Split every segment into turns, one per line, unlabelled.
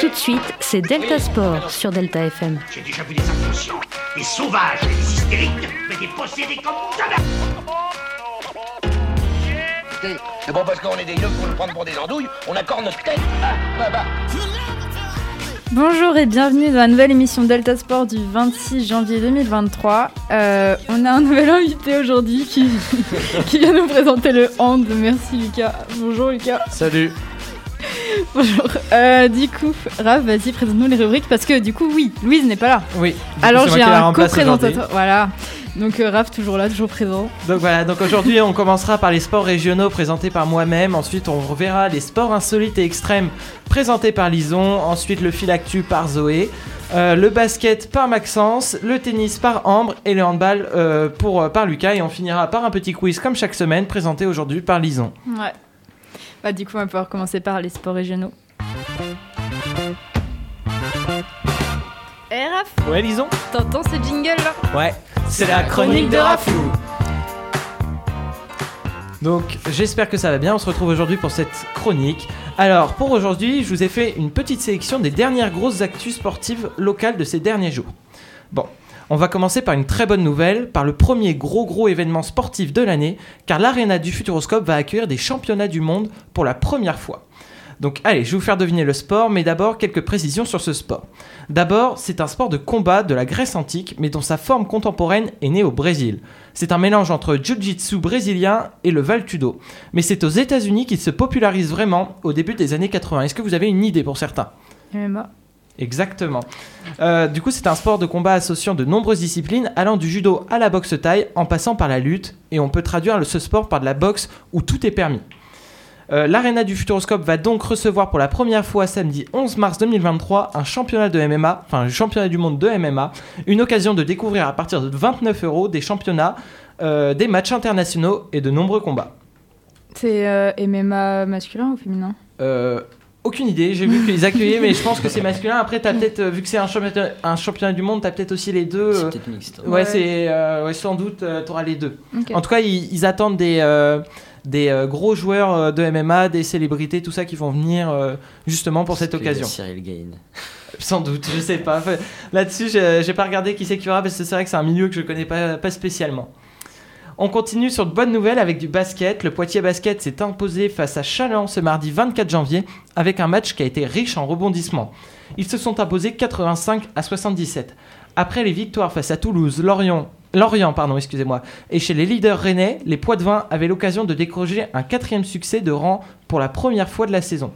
Tout de suite, c'est Delta Sport sur Delta FM.
J'ai déjà vu des inconscients, des sauvages, des hystériques, mais des possédés comme jamais Écoutez, c'est bon parce qu'on est des yeux pour nous prendre pour des andouilles, on accorde notre tête Ah, bah, bah
Bonjour et bienvenue dans la nouvelle émission Delta Sport du 26 janvier 2023. Euh, on a un nouvel invité aujourd'hui qui, qui vient nous présenter le hand. Merci Lucas. Bonjour Lucas.
Salut.
Bonjour. Euh, du coup, Raph, vas-y, présente-nous les rubriques parce que du coup, oui, Louise n'est pas là.
Oui. du coup,
Alors
c'est moi
j'ai
qui la
un
remplace aujourd'hui.
co-présentateur. Voilà. Donc euh, Raph, toujours là, toujours présent.
Donc voilà, donc aujourd'hui on commencera par les sports régionaux présentés par moi-même, ensuite on reverra les sports insolites et extrêmes présentés par Lison, ensuite le fil actu par Zoé, euh, le basket par Maxence, le tennis par Ambre et le handball euh, pour, euh, par Lucas et on finira par un petit quiz comme chaque semaine présenté aujourd'hui par Lison.
Ouais. Bah, du coup, on va pouvoir commencer par les sports régionaux. Eh Raph,
Ouais Lison
t'entends ce jingle là
Ouais, c'est la
chronique de Raflou.
Donc j'espère que ça va bien, on se retrouve aujourd'hui pour cette chronique. Alors pour aujourd'hui, je vous ai fait une petite sélection des dernières grosses actus sportives locales de ces derniers jours. Bon, on va commencer par une très bonne nouvelle, par le premier gros gros événement sportif de l'année, car l'Arena du Futuroscope va accueillir des championnats du monde pour la première fois. Donc allez, je vais vous faire deviner le sport, mais d'abord quelques précisions sur ce sport. D'abord, c'est un sport de combat de la Grèce antique, mais dont sa forme contemporaine est née au Brésil. C'est un mélange entre jiu-jitsu brésilien et le Valtudo. Mais c'est aux États-Unis qu'il se popularise vraiment au début des années 80. Est-ce que vous avez une idée pour certains
MMA.
Exactement. Euh, du coup, c'est un sport de combat associant de nombreuses disciplines, allant du judo à la boxe taille, en passant par la lutte, et on peut traduire le- ce sport par de la boxe où tout est permis. Euh, L'Arena du Futuroscope va donc recevoir pour la première fois samedi 11 mars 2023 un championnat de MMA, enfin un championnat du monde de MMA, une occasion de découvrir à partir de 29 euros des championnats, euh, des matchs internationaux et de nombreux combats.
C'est euh, MMA masculin ou féminin
Euh, aucune idée, j'ai vu qu'ils accueillaient, mais je pense que c'est masculin. Après, t'as peut-être, euh, vu que c'est un championnat, un championnat du monde, t'as peut-être aussi les deux.
C'est
euh,
peut-être mixte.
ouais,
Ouais.
c'est euh, ouais, sans doute, euh, t'auras les deux.
Ok.
En tout cas, ils, ils attendent des, euh, des euh, gros joueurs euh, de MMA, des célébrités, tout ça qui vont venir euh, justement pour cette
Parce que
occasion.
Cyril Gain.
Sans doute, je sais pas. Enfin, Là-dessus, je- j'ai pas regardé qui c'est qui aura parce que c'est vrai que c'est un milieu que je connais pas, pas spécialement. On continue sur de bonnes nouvelles avec du basket. Le Poitiers Basket s'est imposé face à Chalon ce mardi 24 janvier avec un match qui a été riche en rebondissements. Ils se sont imposés 85 à 77. Après les victoires face à Toulouse, Lorient, Lorient pardon, excusez-moi, et chez les leaders rennais, les Poitevins avaient l'occasion de décrocher un quatrième succès de rang pour la première fois de la saison.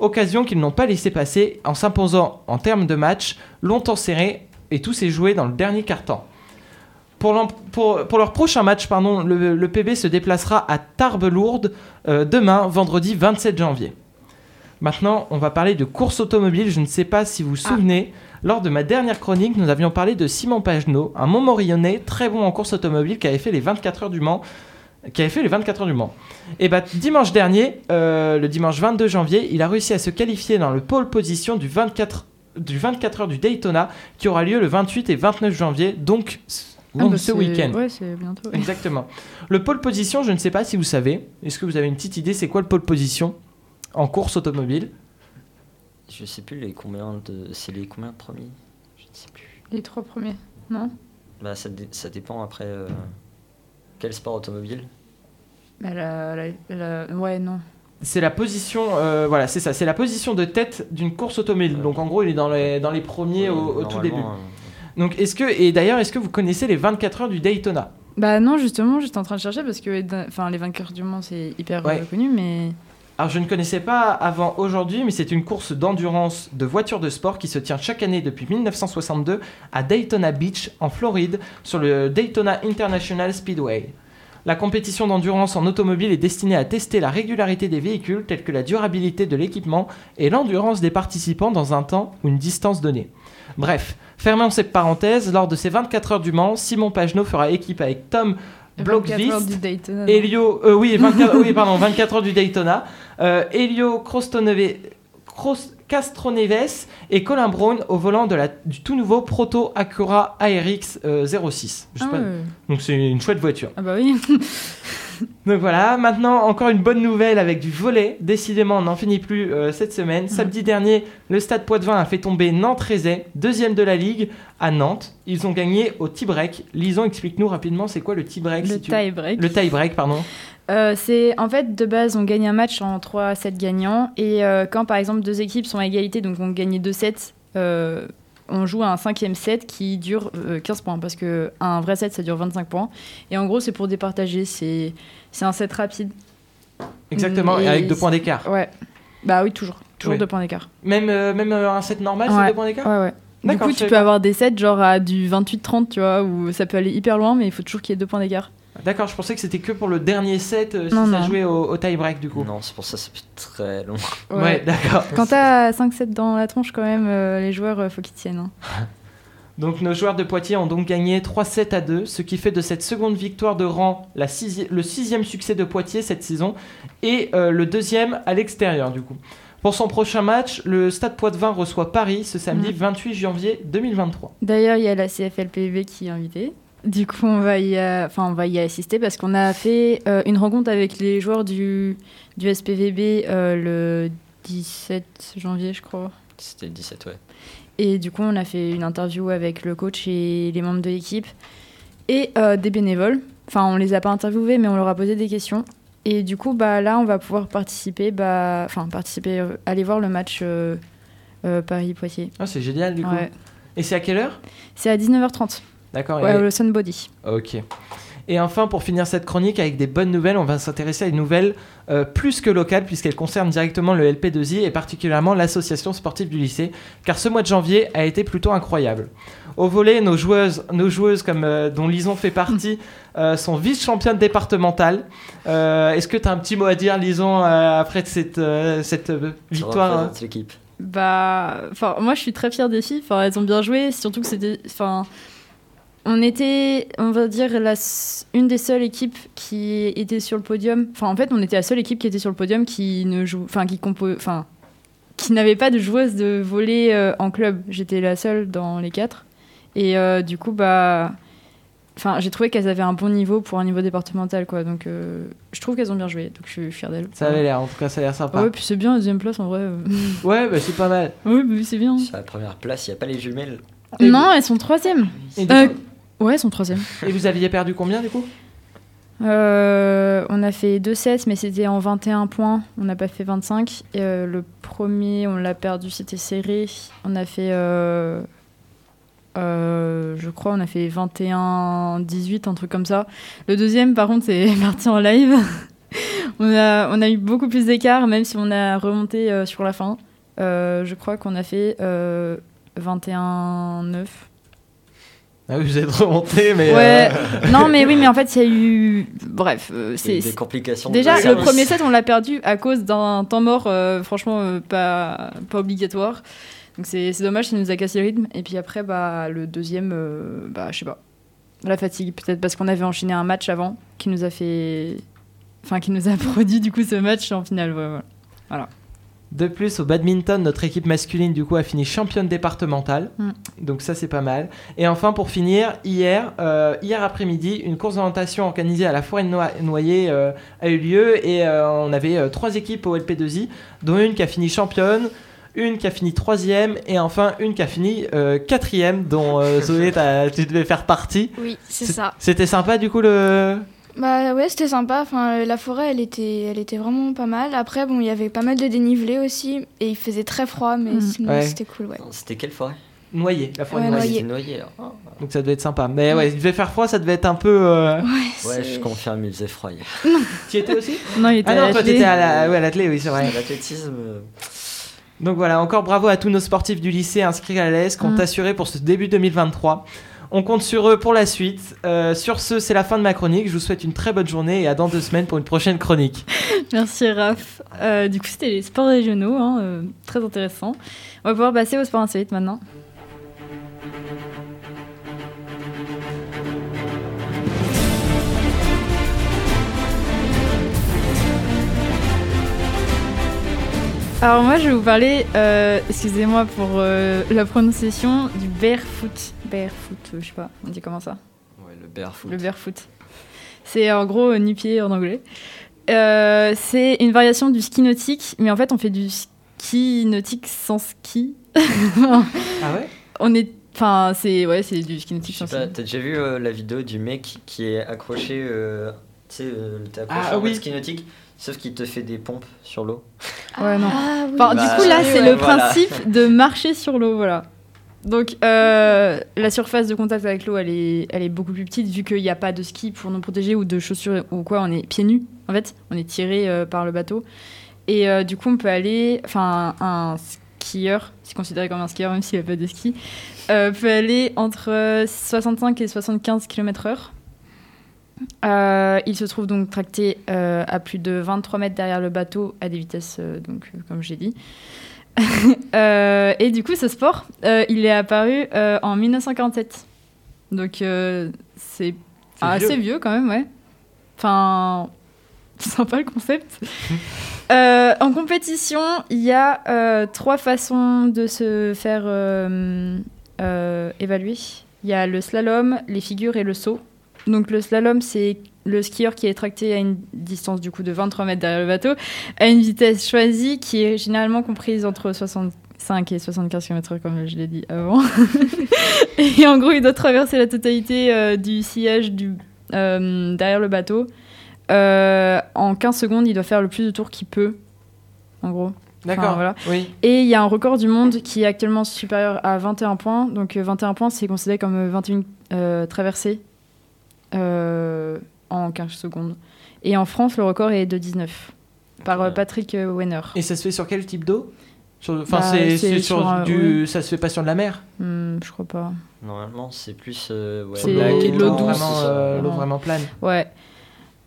Occasion qu'ils n'ont pas laissé passer en s'imposant en termes de match, longtemps serré et tout s'est joué dans le dernier quart-temps. Pour, l'en- pour- pour leur prochain match, pardon, le, le PB se déplacera à Tarbes-Lourdes euh, demain, vendredi 27 janvier. Maintenant, on va parler de course automobile. Je ne sais pas si vous vous souvenez, lors de ma dernière chronique, nous avions parlé de Simon Pagenaud, un Montmorillonnais très bon en course automobile qui avait fait les 24 heures du Mans. Qui avait fait les 24 heures du Mans. Et bah, dimanche dernier, euh, le dimanche 22 janvier, il a réussi à se qualifier dans le pole position du 24, du 24 heures du Daytona qui aura lieu le 28 et 29 janvier, donc, donc ce week-end.
Ouais, Ah, bah, c'est bientôt. ouais.
Exactement. Le pole position, je ne sais pas si vous savez. Est-ce que vous avez une petite idée C'est quoi le pole position en course automobile
Je sais plus les combien de. C'est les combien de premiers Je ne sais plus.
Les trois premiers, non
Bah, ça, dé- ça dépend après. euh, Quel sport automobile
Bah, la- la- la- Ouais, non.
C'est la position, euh, voilà, c'est ça. C'est la position de tête d'une course automobile. Donc en gros, il est dans les, dans les premiers
Ouais,
au, au tout début.
normalement, euh,
Donc est-ce que et d'ailleurs, est-ce que vous connaissez les 24 heures du Daytona
Bah non, justement, j'étais en train de chercher parce que dans- enfin, les vainqueurs du monde, c'est hyper
Ouais.
euh, connu, mais...
Alors je ne connaissais pas avant aujourd'hui, mais c'est une course d'endurance de voitures de sport qui se tient chaque année depuis 1962 à Daytona Beach en Floride sur le Daytona International Speedway. La compétition d'endurance en automobile est destinée à tester la régularité des véhicules tels que la durabilité de l'équipement et l'endurance des participants dans un temps ou une distance donnée. Bref, fermons cette parenthèse, lors de ces 24 heures du Mans, Simon Pagenaud fera équipe avec Tom
24 heures
Blomqvist,
du Daytona, Ah non
Elio, euh, oui, 24, oui, pardon, 24 heures du Daytona. Euh, Elio Crostoneve- Cros- Castroneves et Colin Brown au volant de la, du tout nouveau Proto Acura ARX euh, 06. Je sais
Ah,
pas.
ouais.
Donc c'est une chouette voiture.
Ah bah oui.
Donc voilà, maintenant encore une bonne nouvelle avec du volet. Décidément, on n'en finit plus euh, cette
Ah.
semaine. Samedi dernier, le Stade Poitvin a fait tomber Nantes-Rézet, deuxième de la Ligue, à Nantes. Ils ont gagné au tie-break. Lison, explique-nous rapidement, c'est quoi le tie-break
Le
si tu-
tie-break.
Le tie-break, pardon.
Euh, c'est en fait de base on gagne un match en 3 sets gagnants et euh, quand par exemple deux équipes sont à égalité donc on gagne 2 sets euh, on joue à un cinquième set qui dure euh, 15 points parce que un vrai set ça dure 25 points et en gros c'est pour départager c'est c'est un set rapide
Exactement,
Mm,
et avec
et
deux points d'écart.
ouais bah oui toujours toujours
Oui.
deux points d'écart
Même, euh, même euh, un set normal, c'est
Ouais.
deux points d'écart
ouais ouais du
D'accord,
coup
je
tu
savais
peux
pas.
avoir des sets genre à du 28-30 tu vois où ça peut aller hyper loin mais il faut toujours qu'il y ait deux points d'écart
D'accord, je pensais que c'était que pour le dernier set, euh, si
Non,
ça
non.
jouait au, au tie-break du coup.
Non, c'est pour ça que ça fait très long.
Ouais, d'accord.
quand t'as 5 sets dans la tronche quand même euh, les joueurs euh, faut qu'ils tiennent hein.
Donc nos joueurs de Poitiers ont donc gagné 3-7 à 2, ce qui fait de cette seconde victoire de rang la sixi- le sixième succès de Poitiers cette saison et euh, le deuxième à l'extérieur du coup. Pour son prochain match, le Stade Poitvin reçoit Paris ce samedi
Mhm.
28 janvier 2023.
D'ailleurs, il y a la CFLPV qui est invitée. Du coup, on va y, euh, enfin, on va y assister parce qu'on a fait euh, une rencontre avec les joueurs du, du SPVB euh, le 17 janvier, je crois.
C'était le 17, ouais.
Et du coup, on a fait une interview avec le coach et les membres de l'équipe et euh, des bénévoles. Enfin, on les a pas interviewés, mais on leur a posé des questions. Et du coup, bah, là, on va pouvoir participer, bah, enfin, participer, euh, aller voir le match euh, euh, Paris-Poitiers.
Ah, c'est génial du coup.
Ouais.
Et c'est à quelle heure
C'est à 19h30,
D'accord.
ouais,
et-
le Sunbody.
Ok. Et enfin, pour finir cette chronique avec des bonnes nouvelles, on va s'intéresser à une nouvelle euh, plus que locale, puisqu'elle concerne directement le LP2I et particulièrement l'association sportive du lycée, car ce mois de janvier a été plutôt incroyable. Au volet, nos joueuses, nos joueuses comme, euh, dont Lison fait partie euh, sont vice-championnes départementales. Euh, Est-ce que tu as un petit mot à dire, Lison, euh, après cette, euh, cette euh, victoire hein
Représente l'équipe.
Bah, enfin, moi je suis très fière des filles. Enfin, elles ont bien joué, surtout que c'était, enfin, on était, on va dire la, s- une des seules équipes qui était sur le podium. Enfin, en fait, on était la seule équipe qui était sur le podium qui ne joue, enfin, qui compo, enfin, qui n'avait pas de joueuse de volley euh, en club. J'étais la seule dans les quatre. Et euh, du coup, bah, enfin, j'ai trouvé qu'elles avaient un bon niveau pour un niveau départemental, quoi. Donc, euh, je trouve qu'elles ont bien joué. Donc, je suis fière d'elles.
Ça avait l'air, en tout cas, ça a l'air sympa.
Ouais, puis c'est bien la deuxième place en vrai. euh.
Ouais, bah, c'est pas mal.
oui, mais c'est bien.
Sur la première place, il n'y a pas les jumelles.
Et
Non, elles sont troisième.
Et, du
Euh,
coup-
ouais, elles sont troisième.
et vous aviez perdu combien du coup
Euh, on a fait 2 sets, mais c'était en 21 points. On n'a pas fait 25. Et, euh, le premier, on l'a perdu, c'était serré. On a fait, euh, euh, je crois, on a fait 21-18, un truc comme ça. Le deuxième, par contre, c'est parti en live. on, a, on a eu beaucoup plus d'écart, même si on a remonté euh, sur la fin. Euh, je crois qu'on a fait euh, 21-9.
Ah oui, vous êtes remonté, mais. euh,
Ouais. non, mais oui, mais en fait, il y a eu. Bref, euh,
Il y a
c'est.
eu des complications. de
Déjà, le
service.
premier set, on l'a perdu à cause d'un temps mort, euh, franchement, euh, pas, pas obligatoire. Donc c'est c'est dommage, ça nous a cassé le rythme. Et puis après, bah, le deuxième, euh, bah, je sais pas. La fatigue, peut-être parce qu'on avait enchaîné un match avant qui nous a fait. Enfin, qui nous a produit du coup ce match en finale. ouais, voilà.
De plus, au badminton, notre équipe masculine du coup a fini championne départementale.
Mm.
Donc ça c'est pas mal. Et enfin pour finir, hier, euh, hier après-midi, une course d'orientation organisée à la forêt de Noa- Noyer euh, a eu lieu et euh, on avait euh, trois équipes au LP2I, dont une qui a fini championne, une qui a fini troisième et enfin une qui a fini euh, quatrième, dont euh, Zoé t'as- tu devais faire partie.
Oui, c'est
C'est-
ça.
C'était sympa du coup le.
Bah ouais, c'était sympa. Enfin, euh, la forêt, elle était, elle était vraiment pas mal. Après, bon, il y avait pas mal de dénivelé aussi, et il faisait très froid, mais
Mhm.
sinon
Ouais.
c'était cool, ouais.
Non, C'était quelle forêt
Noyer, la forêt de
Ouais,
Noyer.
Noyer. Mm.
C'était noyé. alors. Oh.
Donc ça devait être sympa. Mais ouais, il devait faire froid, ça devait être un peu.
Ouais,
Euh...
c'est-
je confirme, il faisait froid. hier.
Tu y étais aussi
Non, il était
Ah
à
non, toi
l'athlé.
t'étais à la- ouais, à l'athlé, oui, c'est vrai.
L'athlétisme. euh,
Donc voilà, encore bravo à tous nos sportifs du lycée inscrits à l'AS qui ont
Mm.
assuré pour ce début 2023. On compte sur eux pour la suite. Euh, sur ce, c'est la fin de ma chronique. Je vous souhaite une très bonne journée et à dans deux semaines pour une prochaine chronique.
Merci Raph. Euh, du coup, c'était les sports régionaux, hein, euh, très intéressant. On va pouvoir passer au sport insolite maintenant. Alors moi, je vais vous parler, euh, excusez-moi pour euh, la prononciation, du barefoot. Barefoot, euh, je sais pas, on dit comment ça
Ouais, le barefoot.
le barefoot. C'est en gros euh, nu-pied en anglais. Euh, c'est une variation du ski nautique, mais en fait, on fait du ski nautique sans ski.
Ah ouais
on est. Enfin, c'est ouais, hein, c'est du ski
Je
nautique
sais
sans
pas,
ski.
t'as déjà vu euh, la vidéo du mec qui est accroché, euh, tu sais, euh, t'es accroché
Ah,
en mode
oui.
ski nautique, sauf qu'il te fait des pompes sur l'eau.
Ouais, non.
Ah, oui.
Bah,
Enfin, du coup, là,
oui,
c'est
ouais,
le
voilà.
principe de marcher sur l'eau, voilà. Donc, euh, la surface de contact avec l'eau, elle est, elle est beaucoup plus petite, vu qu'il n'y a pas de ski pour nous protéger ou de chaussures ou quoi. On est pieds nus, en fait. On est tiré euh, par le bateau. Et euh, du coup, on peut aller. Enfin, un skieur, c'est considéré comme un skieur, même s'il n'a pas de ski, euh, peut aller entre 65 et 75 km/h. Euh, il se trouve donc tracté euh, à plus de 23 mètres derrière le bateau à des vitesses, euh, donc, euh, comme j'ai dit. Euh, et du coup, ce sport, euh, il est apparu euh, en 1947. Donc, euh, c'est
C'est
ah,
vieux.
assez vieux quand même, ouais. Enfin, sympa le concept. Euh, en compétition, il y a euh, trois façons de se faire euh, euh, évaluer. Il y a le slalom, les figures et le saut. Donc le slalom, c'est le skieur qui est tracté à une distance du coup de 23 mètres derrière le bateau, à une vitesse choisie qui est généralement comprise entre 65 et 75 km/h comme je l'ai dit avant. et en gros, il doit traverser la totalité euh, du sillage du, euh, derrière le bateau. Euh, en 15 secondes, il doit faire le plus de tours qu'il peut, en gros.
D'accord.
Enfin, voilà.
Oui.
Et il y a un record du monde qui est actuellement supérieur à 21 points. Donc euh, 21 points, c'est considéré comme euh, 21 euh, traversées euh, en 15 secondes. Et en France, le record est de 19 par euh, Patrick euh, Wenner.
Et ça se fait sur quel type d'eau Sur- Enfin,
Bah,
c'est
c'est
c'est
sur
sur euh,
un-
du. Ça se fait pas sur de la mer
Hmm, je crois pas.
Normalement, c'est plus. euh, ouais,
C'est
lac et
de l'eau
tout,
douce.
Vraiment,
c'est
euh,
ça.
l'eau vraiment plane.
Ouais.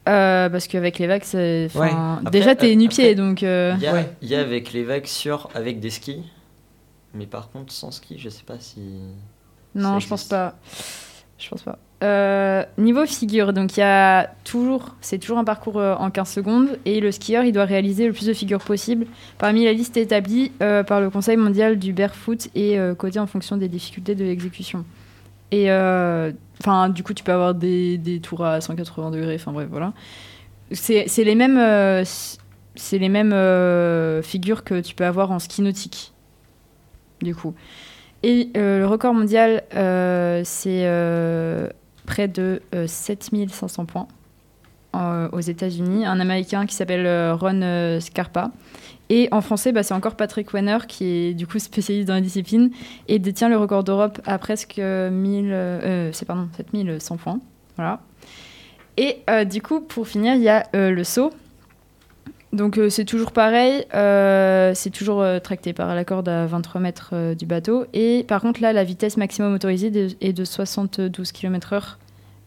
Euh, parce qu'avec les vagues, c'est. enfin,
Ouais.
Après,
Déjà, t'es
euh,
nu-pied,
après-
donc. euh,
Il y, a,
Ouais.
il y a avec les vagues sur, avec des skis. Mais par contre, sans ski, je sais pas si. Ça
Non, je pense
existe.
pas. Je pense pas. Euh, niveau figure, donc il y a toujours, c'est toujours un parcours euh, en 15 secondes et le skieur il doit réaliser le plus de figures possible parmi la liste établie euh, par le Conseil mondial du barefoot et euh, codée en fonction des difficultés de l'exécution. Et euh, enfin, du coup, tu peux avoir des, des tours à 180 degrés, enfin bref, voilà. C'est c'est les mêmes, euh, c'est les mêmes euh, figures que tu peux avoir en ski nautique, du coup. Et euh, le record mondial, euh, c'est euh, près de euh, 7500 points euh, aux États-Unis. Un Américain qui s'appelle euh, Ron euh, Scarpa. Et en français, bah, c'est encore Patrick Wenner qui est du coup spécialiste dans la discipline et détient le record d'Europe à presque 1000, euh, euh, c'est pardon, 7100 points. Voilà. Et euh, du coup, pour finir, il y a euh, le saut. Donc euh, c'est toujours pareil, euh, c'est toujours euh, tracté par la corde à 23 mètres euh, du bateau. Et par contre là, la vitesse maximum autorisée de- est de 72 km/h.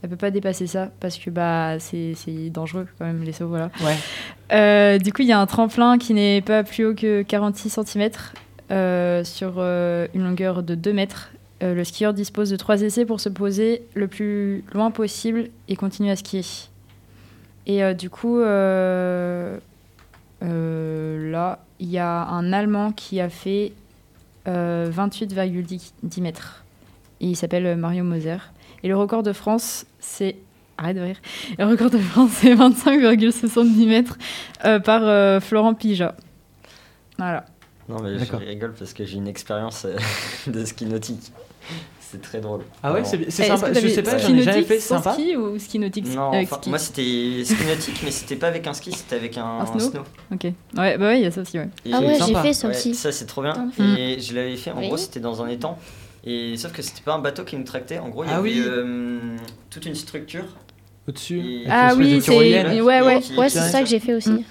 Elle peut pas dépasser ça parce que bah c'est c'est dangereux quand même les sauts voilà.
Ouais.
Euh, du coup il y a un tremplin qui n'est pas plus haut que 46 cm sur euh, une longueur de 2 mètres. Euh, le skieur dispose de trois essais pour se poser le plus loin possible et continuer à skier. Et euh, du coup, euh, euh, là, il y a un Allemand qui a fait euh, 28,10 10 mètres. Et il s'appelle euh, Mario Moser. Et le record de France, c'est. Arrête de rire. Le record de France, c'est 25,70 mètres euh, par euh, Florent Pija. Voilà.
Non, mais je
D'accord.
rigole parce que j'ai une expérience euh, de ski nautique. C'est très drôle.
Ah ouais,
Vraiment.
c'est c'est
Est-ce
sympa.
que
Je
t'avais
sais pas,
ski
j'en ai jamais
nautique
fait. C'est
sans
sympa.
ski ou ski nautique
Non,
avec
enfin,
ski
moi c'était ski nautique, mais c'était pas avec un ski, c'était avec un,
Un snow
snow.
Ok. Ouais, bah ouais, il y a ça aussi, ouais.
Et
Ah
j'ai-
ouais, j'ai
sympa.
fait ça
Ouais,
aussi.
Ça, c'est trop bien.
Mm.
Et je l'avais fait. En
Oui.
gros, c'était dans un étang. Et sauf que c'était pas un bateau qui nous tractait. En gros, il y
Ah
avait
oui.
euh, toute une structure.
Au-dessus.
Et-
Ah
Avec une espèce
oui,
de
c'est-
tyrolienne.
ouais, ouais.
qui-
Ouais,
qui-
c'est ça que j'ai fait aussi.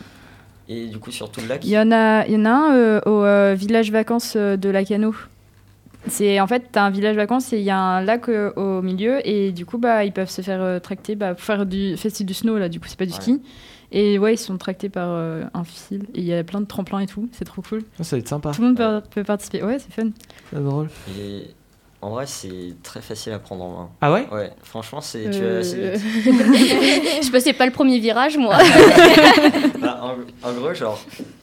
Et du coup, sur tout le lac.
Il y en a, il y en a un euh, au euh, village vacances euh, de Lacano. C'est en fait t'as un village vacances et il y a un lac euh, au milieu et du coup bah ils peuvent se faire euh, tracter bah, pour faire du fait c'est du snow là du coup c'est pas du
Ouais.
ski et ouais ils sont tractés par euh, un fil et il y a plein de tremplins et tout c'est trop cool
Ah, Ça va être
Ah,
sympa.
tout le monde peut, peut participer ouais c'est fun
C'est drôle.
Et en vrai, c'est très facile à prendre en main.
Ah ouais
Ouais, franchement, c'est. tu vas
Euh,
assez vite.
je passais pas le premier virage, moi.
Bah, en, en gros, genre,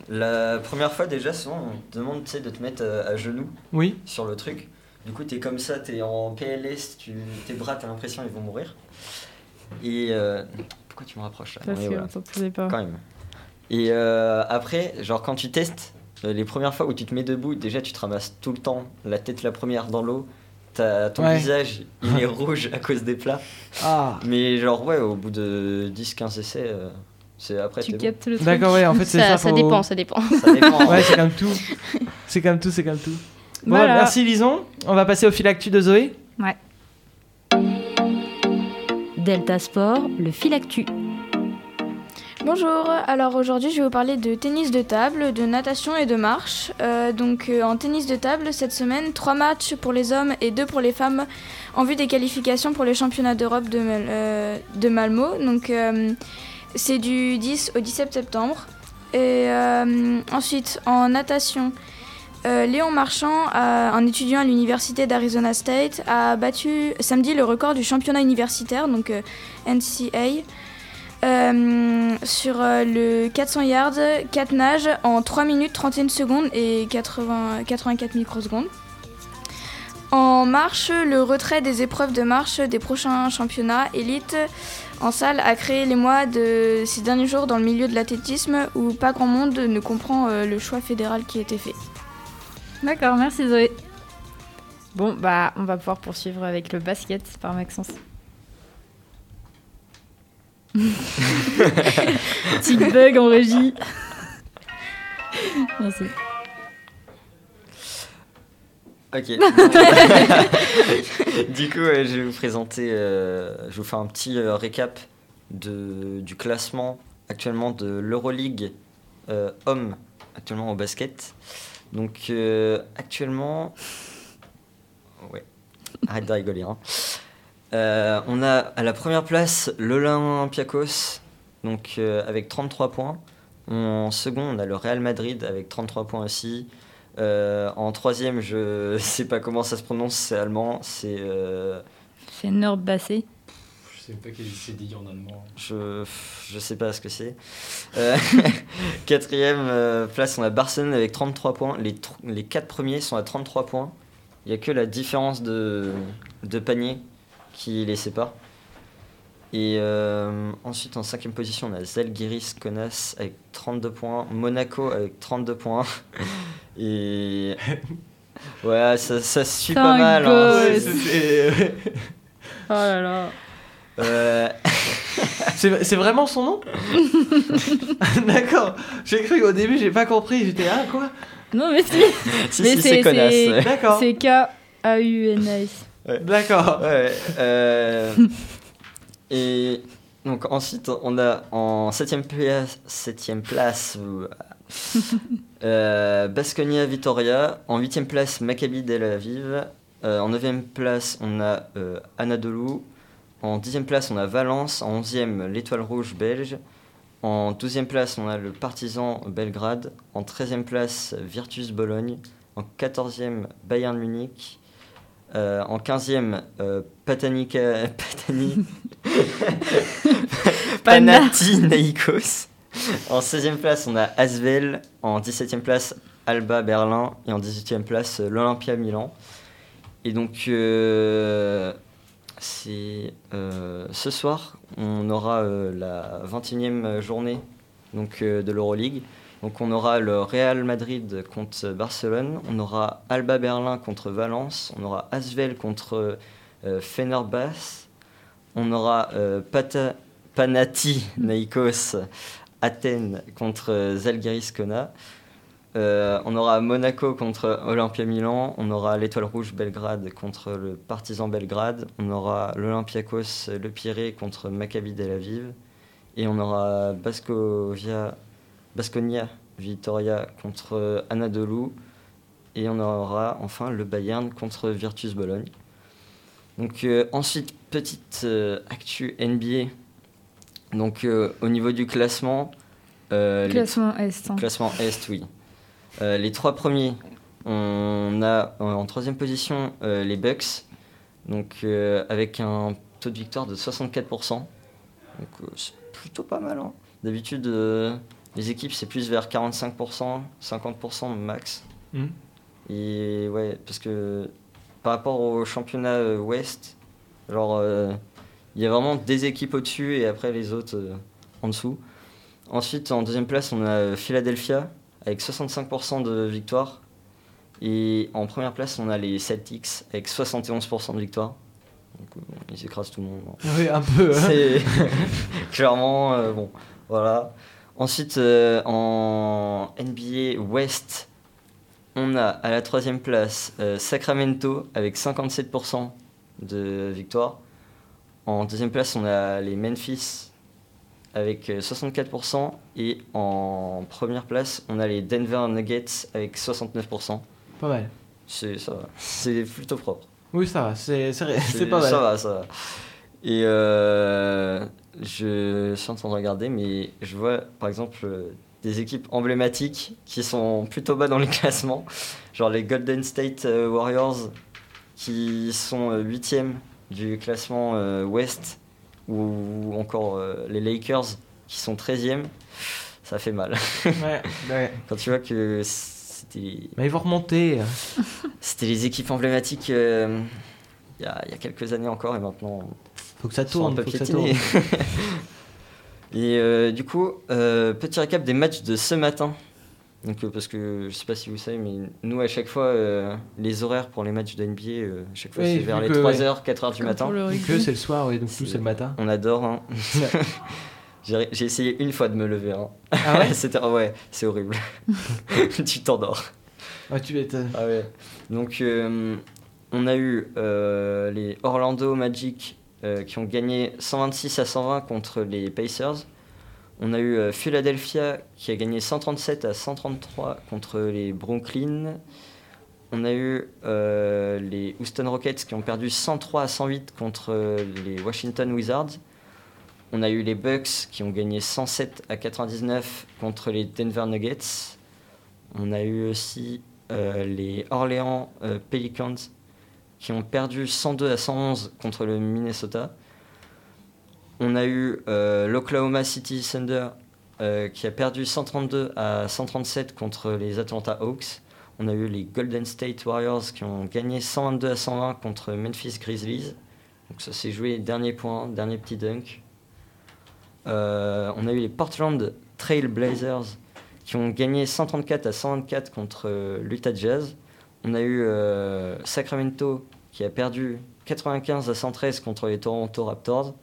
la première fois déjà, souvent, on te demande tu sais, de te mettre euh, à genoux
Oui.
sur le truc. Du coup, t'es comme ça, t'es en PLS, tu, tes bras, t'as l'impression ils vont mourir. Et euh, pourquoi tu me rapproches là
Parce
Ouais,
que
voilà.
on s'entendait pas.
Quand même. Et euh, après, genre quand tu testes, euh, les premières fois où tu te mets debout, déjà tu te ramasses tout le temps la tête la première dans l'eau. T'as- Ton
Ouais.
visage, il est rouge à cause des plats.
Ah.
Mais genre, ouais, au bout de 10-15 essais, euh, c'est après.
Tu
t'es bon.
captes le truc.
D'accord, ouais, en fait, c'est ça.
ça,
faut-
dépend, ça dépend.
Ça dépend. hein.
Ouais, c'est comme tout. C'est comme tout, c'est comme tout. Bon,
Voilà.
merci Lison. On va passer au fil actu de Zoé.
Delta Sport, le fil actu.
Bonjour, alors aujourd'hui je vais vous parler de tennis de table, de natation et de marche. Euh, donc euh, en tennis de table, cette semaine, trois matchs pour les hommes et deux pour les femmes en vue des qualifications pour les championnats d'Europe de, Mal- euh, de Malmo. Donc euh, c'est du 10 au 17 septembre. Et euh, ensuite en natation, euh, Léon Marchand, euh, un étudiant à l'université d'Arizona State, a battu samedi le record du championnat universitaire, donc euh, NCA. Euh, sur euh, le 400 yards, 4 nages en 3 minutes 31 secondes et 80, 84 microsecondes. En marche, le retrait des épreuves de marche des prochains championnats élite en salle a créé les mois de ces derniers jours dans le milieu de l'athlétisme où pas grand monde ne comprend euh, le choix fédéral qui a été fait.
D'accord, merci Zoé. Bon, bah, on va pouvoir poursuivre avec le basket par Maxence. Tic bug en régie. Merci.
Ok. du coup, euh, je vais vous présenter, euh, je vous fais un petit euh, récap de, du classement actuellement de l'Euroleague euh, homme actuellement au basket. Donc euh, actuellement, ouais, arrête de rigoler. hein. Euh, on a à la première place l'Olympiakos, donc euh, avec 33 points. En second, on a le Real Madrid avec 33 points aussi. Euh, en troisième, je sais pas comment ça se prononce, c'est allemand, c'est. euh,
C'est Nordbassé.
Je sais pas qu'est-ce que c'est dit en allemand.
je, je sais pas ce que c'est. Euh, quatrième euh, place, on a Barcelone avec 33 points. Les, tr- les quatre premiers sont à 33 points. Il y a que la différence de, de panier qui les sépare. Et euh, ensuite, en cinquième position, on a Zalgiris Konas avec 32 points. Monaco avec 32 points. Et. Ouais, ça, ça se suit pas
Putain,
mal. hein.
gosse. Ouais,
C'est- c'est-
Oh là là.
Euh,
C'est c'est vraiment son nom D'accord. J'ai cru au début, j'ai pas compris. J'étais ah quoi
Non, mais si.
si,
Mais
si,
c'est-
c'est Konas.
c'est-
ouais.
D'accord.
C'est K-A-U-N-S.
D'accord.
Ouais, euh, et donc ensuite, on a en 7ème place, septième place euh, Basconia Vitoria. En 8ème place, Maccabi Tel Aviv. Euh, en 9ème place, on a euh, Anadolu. En 10ème place, on a Valence. En 11ème, l'Étoile Rouge belge. En 12ème place, on a le Partizan Belgrade. En 13ème place, Virtus Bologne. En 14ème, Bayern Munich. Euh, en 15e, euh, Patanica, Patani, Panathinaikos. En 16e place, on a Asvel. En 17e place, Alba Berlin. Et en 18e place, euh, l'Olympia Milan. Et donc, euh, c'est, euh, ce soir, on aura euh, la 21e journée donc, euh, de l'Euroleague. Donc, on aura le Real Madrid contre Barcelone. On aura Alba Berlin contre Valence. On aura Asvel contre euh, Fenerbahce. On aura euh, Pata- Panathinaikos Athènes contre euh, Zalgiris Kona. Euh, on aura Monaco contre Olympia Milan. On aura l'Étoile Rouge Belgrade contre le Partizan Belgrade. On aura l'Olympiakos Le Pirée contre Maccabi Tel Aviv. Et on aura Bascovia, Basconia Vitoria contre Anadolu. Et on aura enfin le Bayern contre Virtus Bologne. Donc euh, ensuite, petite euh, actu NBA. Donc euh, au niveau du classement, euh, les-
Classement S. hein.
Classement Est, oui. Euh, les trois premiers, on a euh, en, en troisième position euh, les Bucks, donc euh, avec un taux de victoire de 64%. Donc euh, c'est plutôt pas mal. hein. D'habitude, euh, les équipes c'est plus vers 45%, 50% max.
Mhm.
Et ouais, parce que par rapport au championnat euh, Ouest, genre euh, il Il y a vraiment des équipes au-dessus et après les autres euh, en dessous. Ensuite, en deuxième place, on a euh, Philadelphia avec 65% de victoires. Et en première place, on a les Celtics avec 71% de victoires. Donc, euh, bon, ils écrasent tout le monde.
Oui, un peu. hein.
C'est clairement euh, bon. Voilà. Ensuite, euh, en NBA West, on a à la troisième place euh, Sacramento avec 57% de victoire. En deuxième place, on a les Memphis avec euh, 64%. Et en première place, on a les Denver Nuggets avec 69%.
Pas mal.
C'est ça va. C'est plutôt propre.
Oui, ça va, c'est c'est ré- c'est pas mal.
Ça va, ça va. Et euh, je suis en train de regarder, mais je vois par exemple euh, des équipes emblématiques qui sont plutôt bas dans les classements, genre les Golden State euh, Warriors qui sont 8e du classement euh, Ouest, ou encore euh, les Lakers qui sont 13e. Ça fait mal.
Ouais, ouais.
Quand tu vois que c'était
Mais ils vont remonter.
c'était les équipes emblématiques euh, il y, a, il y a quelques années encore et maintenant
Faut que ça
elles sont un
tourne,
peu
faut que ça tourne.
piétinées. et euh, du coup, euh, petit récap des matchs de ce matin. Donc, euh, parce que je sais pas si vous savez, mais nous à chaque fois, euh, les horaires pour les matchs de NBA, euh, à chaque fois
Oui,
c'est
vu
vers les
que,
3h, 4h du matin.
Pour le
Donc
rugby.
eux, c'est le soir, oui, donc nous,
C'est-
c'est le matin.
On adore. hein. J'ai j'ai essayé une fois de me lever. hein.
Ah ouais
C'était- ah ouais, c'est horrible. tu t'endors.
Ah, tu m'étonnes.
Ah ouais. Donc, euh, on a eu euh, les Orlando Magic euh, qui ont gagné 126 à 120 contre les Pacers. On a eu euh, Philadelphia qui a gagné 137 à 133 contre les Brooklyn. On a eu euh, les Houston Rockets qui ont perdu 103 à 108 contre euh, les Washington Wizards. On a eu les Bucks qui ont gagné 107 à 99 contre les Denver Nuggets. On a eu aussi euh, les Orléans euh, Pelicans qui ont perdu 102 à 111 contre le Minnesota. On a eu euh, l'Oklahoma City Thunder euh, qui a perdu 132 à 137 contre les Atlanta Hawks. On a eu les Golden State Warriors qui ont gagné 122 à 120 contre Memphis Grizzlies. Donc ça s'est joué dernier point, dernier petit dunk. Euh, on a eu les Portland Trail Blazers qui ont gagné 134 à 124 contre euh, l'Utah Jazz. On a eu euh, Sacramento qui a perdu 95 à 113 contre les Toronto Raptors.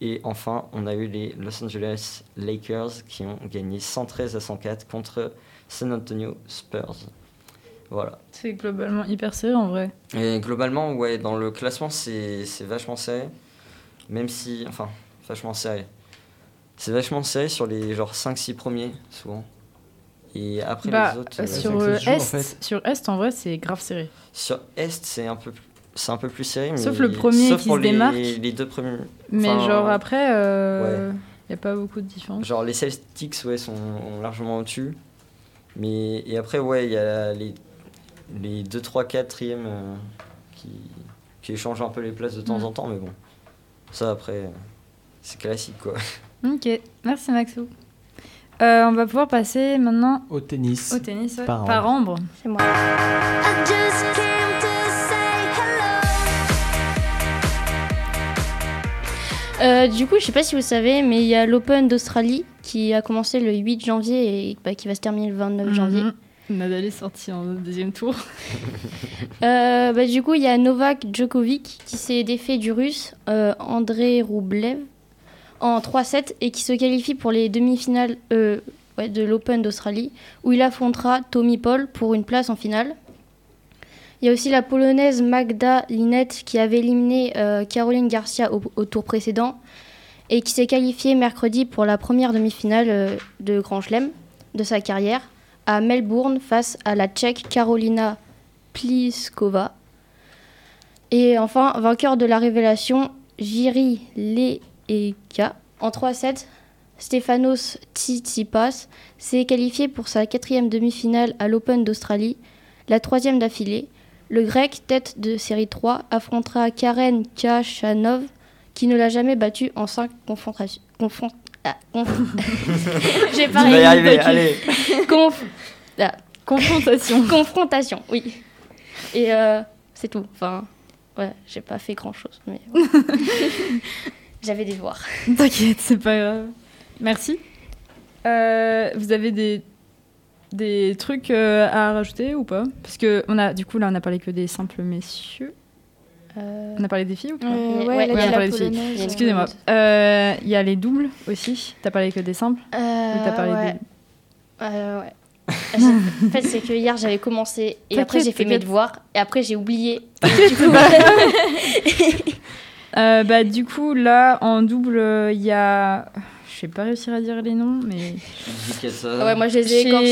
Et enfin, on a eu les Los Angeles Lakers qui ont gagné 113 à 104 contre San Antonio Spurs. Voilà.
C'est globalement hyper serré en vrai.
Et globalement, ouais, dans le classement, c'est c'est vachement serré. Même si. Enfin, vachement serré. C'est vachement serré sur les genre 5-6 premiers, souvent. Et après
Bah,
les autres.
euh,
ouais,
sur,
c'est que ça
euh,
se joue, en
Est,
fait.
sur Est, en vrai, c'est grave serré.
Sur Est, c'est un peu plus. C'est un peu plus serré, mais
Sauf le premier
sauf
qui
pour
se
les-
démarque.
Les deux premiers,
Mais
Enfin,
genre après, il n'y a pas beaucoup de différence.
genre les Celtics, ouais, sont ont largement au-dessus. Mais et après, ouais, il y a les les deux, trois, quatrièmes euh, qui qui échangent un peu les places de temps
Mm.
en temps, mais bon, ça après, euh, c'est classique quoi.
Ok, merci Maxou. Euh, on va pouvoir passer maintenant
Au tennis.
au tennis ouais.
Par
par Ambre.
C'est moi. Euh, du coup, je sais pas si vous savez, mais il y a l'Open d'Australie qui a commencé le 8 janvier et bah, qui va se terminer le 29 janvier.
Mhm. Nadal est sorti en deuxième tour.
Euh, bah, du coup, il y a Novak Djokovic qui s'est défait du russe euh, André Roublev en 3-7 et qui se qualifie pour les demi-finales euh, ouais, de l'Open d'Australie où il affrontera Tommy Paul pour une place en finale. Il y a aussi la polonaise Magda Linette qui avait éliminé euh, Caroline Garcia au, au tour précédent et qui s'est qualifiée mercredi pour la première demi-finale euh, de Grand Chelem de sa carrière à Melbourne face à la Tchèque Carolina Pliskova. Et enfin, vainqueur de la révélation, Jiri Leeka. En 3-7, Stefanos Tsitsipas s'est qualifié pour sa quatrième demi-finale à l'Open d'Australie, la troisième d'affilée. Le grec, tête de série 3, affrontera Karen Kachanov, qui ne l'a jamais battu en 5 confrontations. Confron- ah, conf- J'ai pas
Tu vas y
réussi,
arriver,
Doki.
allez.
Conf-
Confrontation.
Confrontation, oui. Et euh, c'est tout. Enfin, ouais, j'ai pas fait grand chose. Mais... J'avais des devoirs.
T'inquiète, c'est pas grave. Merci. Euh, vous avez des, des trucs euh, à rajouter ou pas Parce que on a, du coup, là, on a parlé que des simples messieurs.
Euh,
On a parlé des filles ou pas
Ouais,
Euh,
ouais,
ouais,
on
là,
a
il y a
parlé
la
de filles.
polonaise.
Il y a
Excusez-moi. Euh, Il y a les doubles aussi. T'as parlé que des simples ou t'as parlé
ouais.
des...
Euh, ouais. J'ai- en fait, c'est que hier j'avais commencé et après
T'inquiète,
j'ai fait mes
t'inquiète.
devoirs et après j'ai oublié.
Euh, bah, du coup, là, en double, euh, il y a... Je sais pas réussir à dire les noms, mais...
Ah ouais, moi je les ai écorchés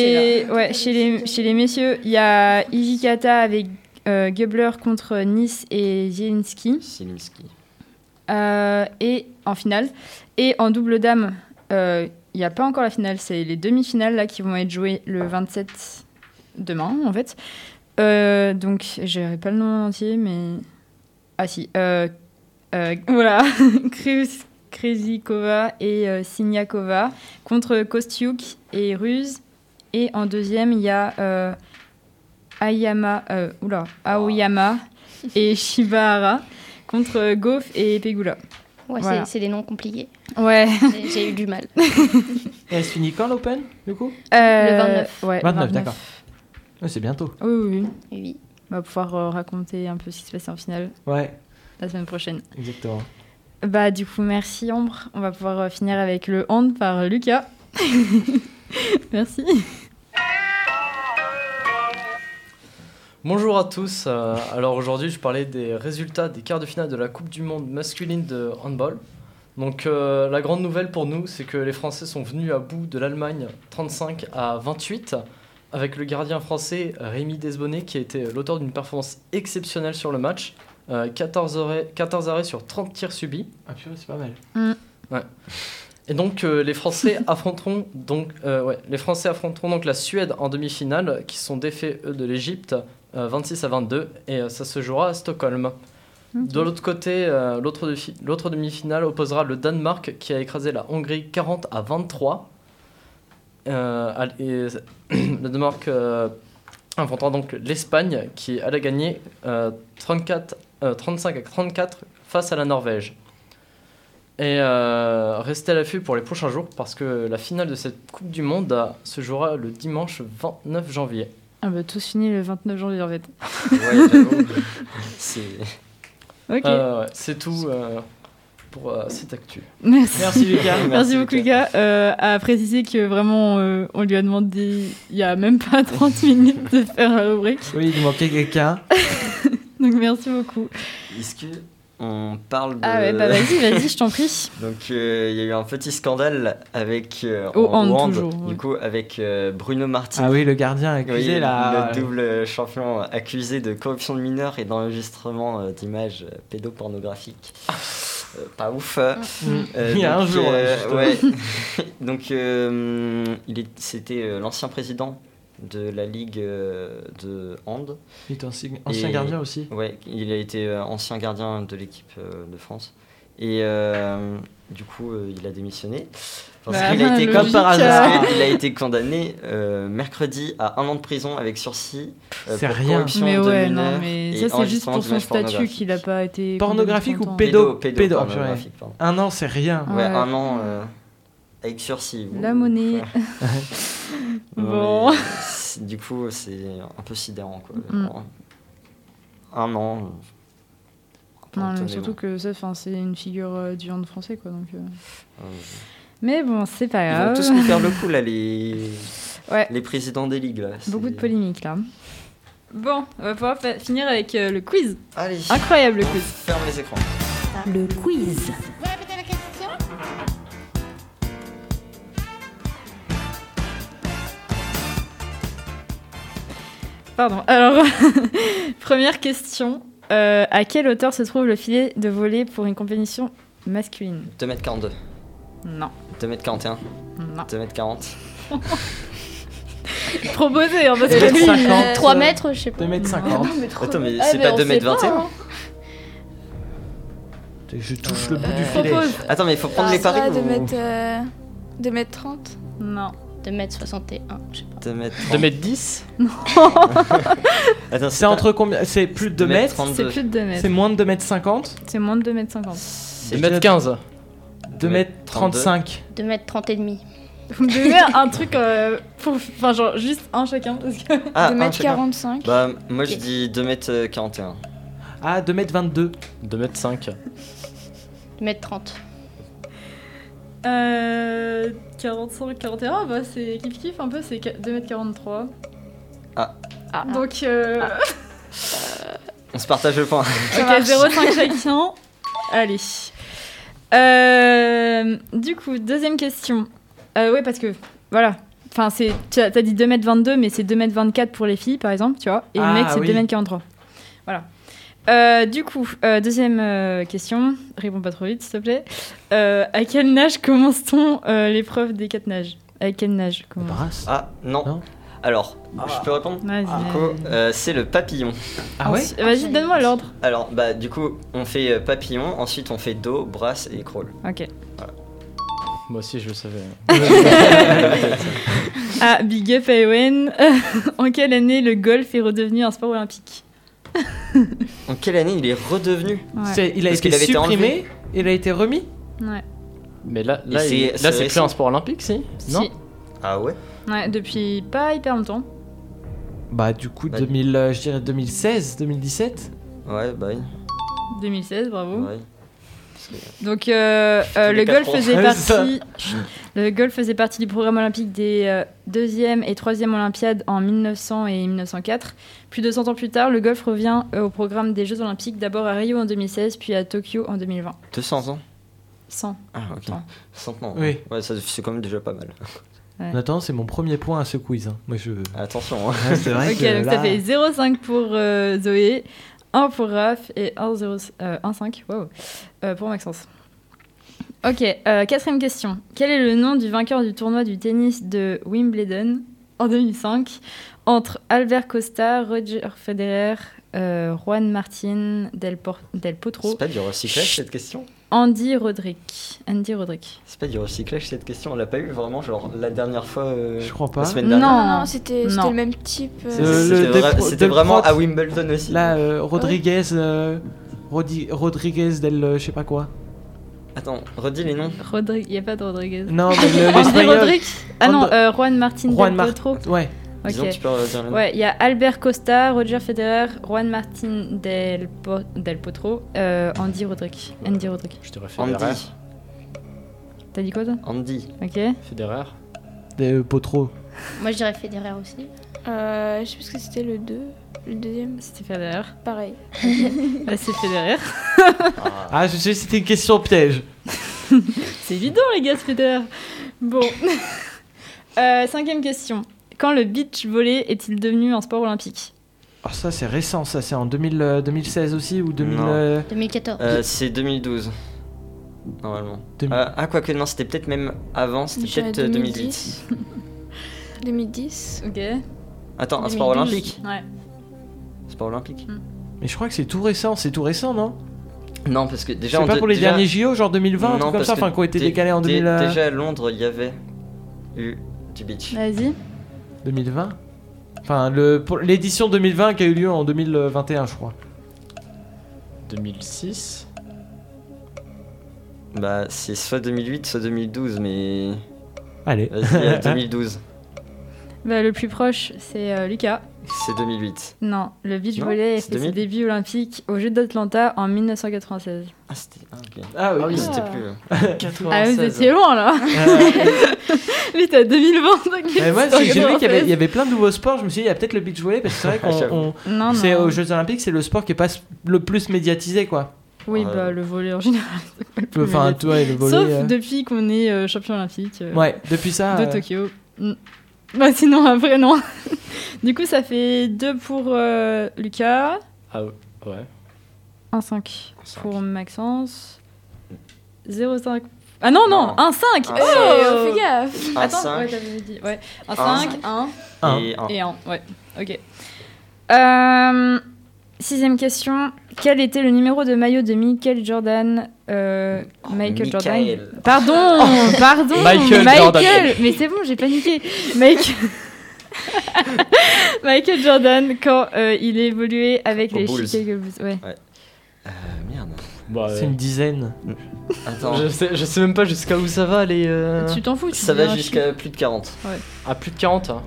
Chez, ouais, chez, les, chez les messieurs, il y a Ijikata avec euh, Goebbler contre Nice et Zielinski.
Silinski.
Euh, et en finale. Et en double dame, euh, il n'y a pas encore la finale, c'est les demi-finales là, qui vont être jouées le 27 demain en fait. Euh, donc, je pas le nom entier, mais. Ah si, euh, euh, voilà, Kruz, Krezikova et euh, Signakova contre Kostiuk et Ruse. Et en deuxième, il y a euh, Ayama, euh, oula, Aoyama et Shibahara contre euh, Goff et Pegula.
là. Ouais,
Voilà.
c'est- c'est des noms compliqués.
Ouais.
J'ai- J'ai eu du mal.
Et elle se finit quand l'Open, du coup
Euh,
29.
Ouais,
29, d'accord. Ouais, c'est bientôt.
Oui, oui, oui.
Oui.
On va pouvoir euh, raconter un peu ce qui se passe en finale
Ouais,
la semaine prochaine.
exactement.
Bah, du coup, merci Ambre. On va pouvoir euh, finir avec le hand par Lucas. merci.
Bonjour à tous. euh, alors aujourd'hui, je parlais des résultats des quarts de finale de la Coupe du Monde masculine de handball. Donc euh, la grande nouvelle pour nous, c'est que les Français sont venus à bout de l'Allemagne 35 à 28 avec le gardien français Rémi Desbonnet qui a été l'auteur d'une performance exceptionnelle sur le match. Euh, 14, arrêts, 14 arrêts sur 30 tirs subis.
Ah purée, c'est pas mal.
Et donc euh, les Français affronteront donc euh, ouais, les Français affronteront donc la Suède en demi-finale qui sont défaits eux de l'Égypte euh, 26 à 22 et euh, ça se jouera à Stockholm. De l'autre côté, euh, l'autre defi- l'autre demi-finale opposera le Danemark qui a écrasé la Hongrie 40 à 23. Euh, à- et le Danemark euh, affrontera donc l'Espagne qui allait gagner euh, 34, euh, 35 à 34 face à la Norvège. Et euh, restez à l'affût pour les prochains jours parce que la finale de cette Coupe du Monde euh, se jouera le dimanche 29 janvier.
Ah bah, tous finis le 29 janvier en fait.
Ouais, j'avoue. C'est.
Ok,
Euh, ouais, c'est tout euh, pour euh, cette actu.
merci.
Merci Lucas.
Merci beaucoup Lucas. Euh, à préciser que vraiment, euh, on lui a demandé il n'y a même pas 30 minutes de faire la rubrique.
Oui, il manquait quelqu'un.
Donc merci beaucoup.
Est-ce que on parle de.
Ah ouais, bah vas-y, vas-y, je t'en prie.
Donc euh, il y a eu un petit scandale avec euh,
Au
en
hand,
Hollande,
toujours, ouais.
du coup avec euh, Bruno Martin.
Ah oui, le gardien
Oui,
accusé là.
le double champion accusé de corruption de mineurs et d'enregistrement euh, d'images euh, pédopornographiques. Euh, pas ouf. euh.
Mm.
Euh,
Il y a
donc,
un jour. là,
euh,
justement.
ouais. donc euh, il est- c'était euh, l'ancien président de la ligue euh, de hand.
Il est ancien, ancien
Et-
gardien aussi.
Ouais, il a été euh, ancien gardien de l'équipe euh, de France. Et euh, du coup, euh, il a démissionné. Parce
Bah,
qu'il a été,
logique,
comme par hasard,
euh.
il a été condamné euh, mercredi à un an de prison avec sursis euh,
C'est
pour
rien.
corruption
Mais
de
ouais,
mineurs
non, mais
et
ça c'est juste
enregistrement
pour son
d'images
statut
pornographiques.
qu'il a pas été.
Pornographique
condamné
ou
pour
pédo-
Pédo,
pédo, ah,
pornographique, pardon.
Un an, c'est rien.
Ouais,
Ouais.
un an euh, avec sursis.
La
Ouh.
monnaie.
Non,
Bon.
mais, euh, c'est- Du coup, c'est un peu sidérant. Quoi.
Mm.
Un an. euh,
Non, mais
pardon,
surtout
bon.
que ça, enfin, c'est une figure euh, du hand français, quoi. Donc, euh.
Ah,
Euh,
Mais bon, c'est pas
Ils vont
grave.
tous nous faire le coup, là, les,
euh, Ouais.
les présidents des ligues. Là.
Beaucoup de
C'est-
polémiques là. Bon, on va pouvoir fa- finir avec euh, le quiz.
Allez,
Incroyable le quiz.
ferme les écrans.
Le quiz.
Pardon. Alors, première question. Euh, à quelle hauteur se trouve le filet de volée pour une compétition masculine
2m42,
Non,
2m41,
non.
2m40.
Proposé, hein, parce
Et
que lui,
50,
3
euh,
mètres, je sais pas.
2m50.
Attends, mais
Ah,
c'est
mais
pas
on sait pas,
2m21
hein.
Je touche le bout
Euh,
du filet.
propose.
Attends, mais il faut prendre
Ah,
les
ça,
paris.
de
ou-
mettre, euh, de mettre 30.
Non.
2 mètres 61, je sais pas.
2m30.
2m10
Attends,
C'est entre combien C'est plus de 2 mètres
2m32.
C'est plus de 2
C'est
mètres.
moins de 2 mètres 50
C'est moins de 2 mètres 50.
C'est-
2m15
2m35.
2 mètres 30 et demi.
Vous me devez un truc euh, pour. Enfin, genre, juste un chacun. Parce que...
Ah,
2m45.
Bah, moi je dis euh, 2m41.
Ah, 2m22.
2m5.
2 mètres 30.
Euh. 45, 41, bah c'est kiff-kiff un peu, c'est 2m43.
Ah.
Ah.
Donc, euh.
On se partage le point.
Ok, 0,5 chacun. Allez. Euh, du coup, deuxième question. Euh, ouais, parce que, voilà. Enfin, c'est, tu as t'as dit 2m22, mais c'est 2m24 pour les filles, par exemple, tu vois. Et
Ah,
les mecs, c'est
oui.
2m43. Voilà. Euh, du coup, euh, deuxième euh, question. Réponds pas trop vite, s'il te plaît. Euh, à quel nage commence-t-on euh, l'épreuve des quatre nages À quel nage commence
Brasse.
Ah, non.
Non.
Alors,
Ah.
je peux répondre
Vas-y.
Du coup, euh, c'est le papillon.
Ah ouais
Ensuite- Vas-y, donne-moi l'ordre.
Alors, bah, du coup, on fait euh, papillon, ensuite on fait dos, brasse et crawl.
Ok.
Moi aussi, je le savais.
Ah, big up à Ewen. en quelle année le golf est redevenu un sport olympique
En quelle année il est redevenu
Ah, Ouais.
C'est- Il a
Parce
été
qu'il avait été
supprimé, il a été remis
Ouais.
Mais là, là,
Et c'est-
il-
c'est
là, c'est plus
récent.
un sport olympique, si Non
Si.
Ah ouais
Ouais, depuis pas hyper longtemps.
Bah, du coup,
Bah,
2000, euh, je dirais 2016, 2017.
Ouais, bah oui.
2016,
Mmh.
bravo.
ouais.
Donc euh, euh,
Tous les
le
quatre
golf
ans.
faisait
Ouais,
partie. Le golf faisait partie du programme olympique des euh, deuxième et troisième Olympiades en 1900 et 1904. Plus de 100 ans plus tard, le golf revient euh, au programme des Jeux Olympiques, d'abord à Rio en 2016, puis à Tokyo en 2020.
200 ans
100.
Ah, ok.
Mmh.
Cent.
100 ans.
Oui.
Ouais, ça, c'est quand même déjà pas mal.
Ouais.
En attendant, c'est mon premier point à ce quiz. hein. Moi, je.
Attention, hein.
c'est vrai
Ok, donc ça fait 0,5 pour euh, Zoé, 1 pour Raph et 1,0 euh, 1,5 wow, euh, pour Maxence. Ok, euh, quatrième question. Quel est le nom du vainqueur du tournoi du tennis de Wimbledon en 2005 entre Albert Costa, Roger Federer, euh, Juan Martin, Del, Por- Del Potro,
C'est pas du recyclage cette question
Andy Roderick Andy Roderick.
C'est pas du recyclage cette question, on l'a pas eu vraiment, genre la dernière fois. euh,
Je crois pas.
La semaine dernière.
Non,
Non,
non.
non, c'était c'était
Non.
le même type. euh,
C'est-
Euh,
C'était
le-
vra-
de-
c'était
de-
vraiment
de-
à Wimbledon aussi.
Là, euh, Rodriguez. euh, Rodi- Rodriguez del. euh, je sais pas quoi.
Attends, redis les noms.
Roderick, il n'y a pas de Rodriguez.
Non, mais le-
Andy
l'espagnol.
Roderick Ah non,
Andre-
euh, Juan Martin
Juan
Del
Mar-
Potro.
Ouais.
Disons,
Ok.
tu peux redire les noms.
Ouais, il y a Albert Costa, Roger Federer, Juan Martin Del, Po- Del Potro, euh, Andy Roderick. Andy Roderick.
Je dirais Federer.
Andy.
T'as dit quoi toi
Andy.
Ok.
Federer.
Des Potro.
Moi, je dirais Federer aussi.
euh, je sais pas ce que c'était le 2. Le deuxième,
C'était Federer.
pareil.
Là, c'est Federer.
Ah.
Ah, je sais, c'était une question piège.
C'est évident, les gars, c'est Federer. Bon. Euh, cinquième question. Quand le beach volley est-il devenu un sport olympique
Ah, ça, c'est récent, ça. C'est en 2000, euh, 2016 aussi ou 2000.
Non.
euh,
2014.
Euh, c'est 2012. Normalement.
2000.
Euh, ah, quoique, non, c'était peut-être même avant, c'était
J'aurais
peut-être euh, 2010.
2010.
Ok. Ouais.
Attends, un sport
2012.
olympique Sport olympique
Mais je crois que c'est tout récent, c'est tout récent, non
Non, parce que
C'est
déjà. en
pas
deux-
pour les
déjà-
derniers JO, genre 2020, un
Non,
truc comme
parce
ça,
que
enfin, qui ont été
dé-
décalés en
dé-
2000, euh,
Déjà à Londres, il y avait eu du beach.
Vas-y.
2020. Enfin, le- pour- l'édition 2020 qui a eu lieu en 2021, je crois.
2006.
Bah, c'est soit 2008, soit 2012, mais.
Allez.
Vas-y, euh, 2012.
Bah, le plus proche, c'est euh, Lucas.
C'est 2008.
Non, le beach
Non,
volley a
c'est
fait ses
2000.
débuts olympiques aux Jeux d'Atlanta en 1996.
Ah, c'était. Ah, ok.
Ah
Ah oui,
oui. Ah,
c'était plus.
Ah, vous
hein.
étiez loin là Lui, t'as 2020, donc
Mais moi,
c'est
j'ai j'ai vu qu'il y, avait-
96.
il y avait plein de nouveaux sports, je me suis dit, il y a peut-être le beach volley, parce que c'est vrai
J'avoue.
qu'on.
Non,
on-
Ah, non.
c'est aux Jeux Olympiques, c'est le sport qui est pas s- le plus médiatisé, quoi.
Oui,
Ouais.
bah le volet en général.
Enfin, toi, le volley.
Sauf
euh,
depuis qu'on est euh, champion olympique euh,
Ouais, depuis ça.
de
euh,
Tokyo. Mm. Bah sinon, après, non. du coup, ça fait 2 pour euh, Lucas,
Ah ouais.
1-5
cinq.
pour Maxence, 0-5. Ah non, non,
Non.
1-5
Un
Oh
Euh, fais gaffe
Un
Attends,
5.
ouais, t'avais dit. Ouais. Un
Un
5,
euh,
1.
un.
Et un. Ah,
Et un, ouais, ok. Euh, sixième question. Quel était le numéro de maillot de Michael Jordan euh, Michael Jordan.
Oh, Michael.
Pardon, pardon.
Michael Jordan.
Mais c'est bon, j'ai paniqué. Michael... Michael Jordan quand euh, il évoluait avec
Aux
les
Bulls.
Chicago Bulls. Ouais.
Euh, merde.
Bah,
C'est une dizaine.
Attends,
Je sais, je sais même pas jusqu'à où ça va les. euh,
Tu t'en fous, tu
ça va
dis un
jusqu'à plus de 40.
À plus de 40. hein.
chiffre.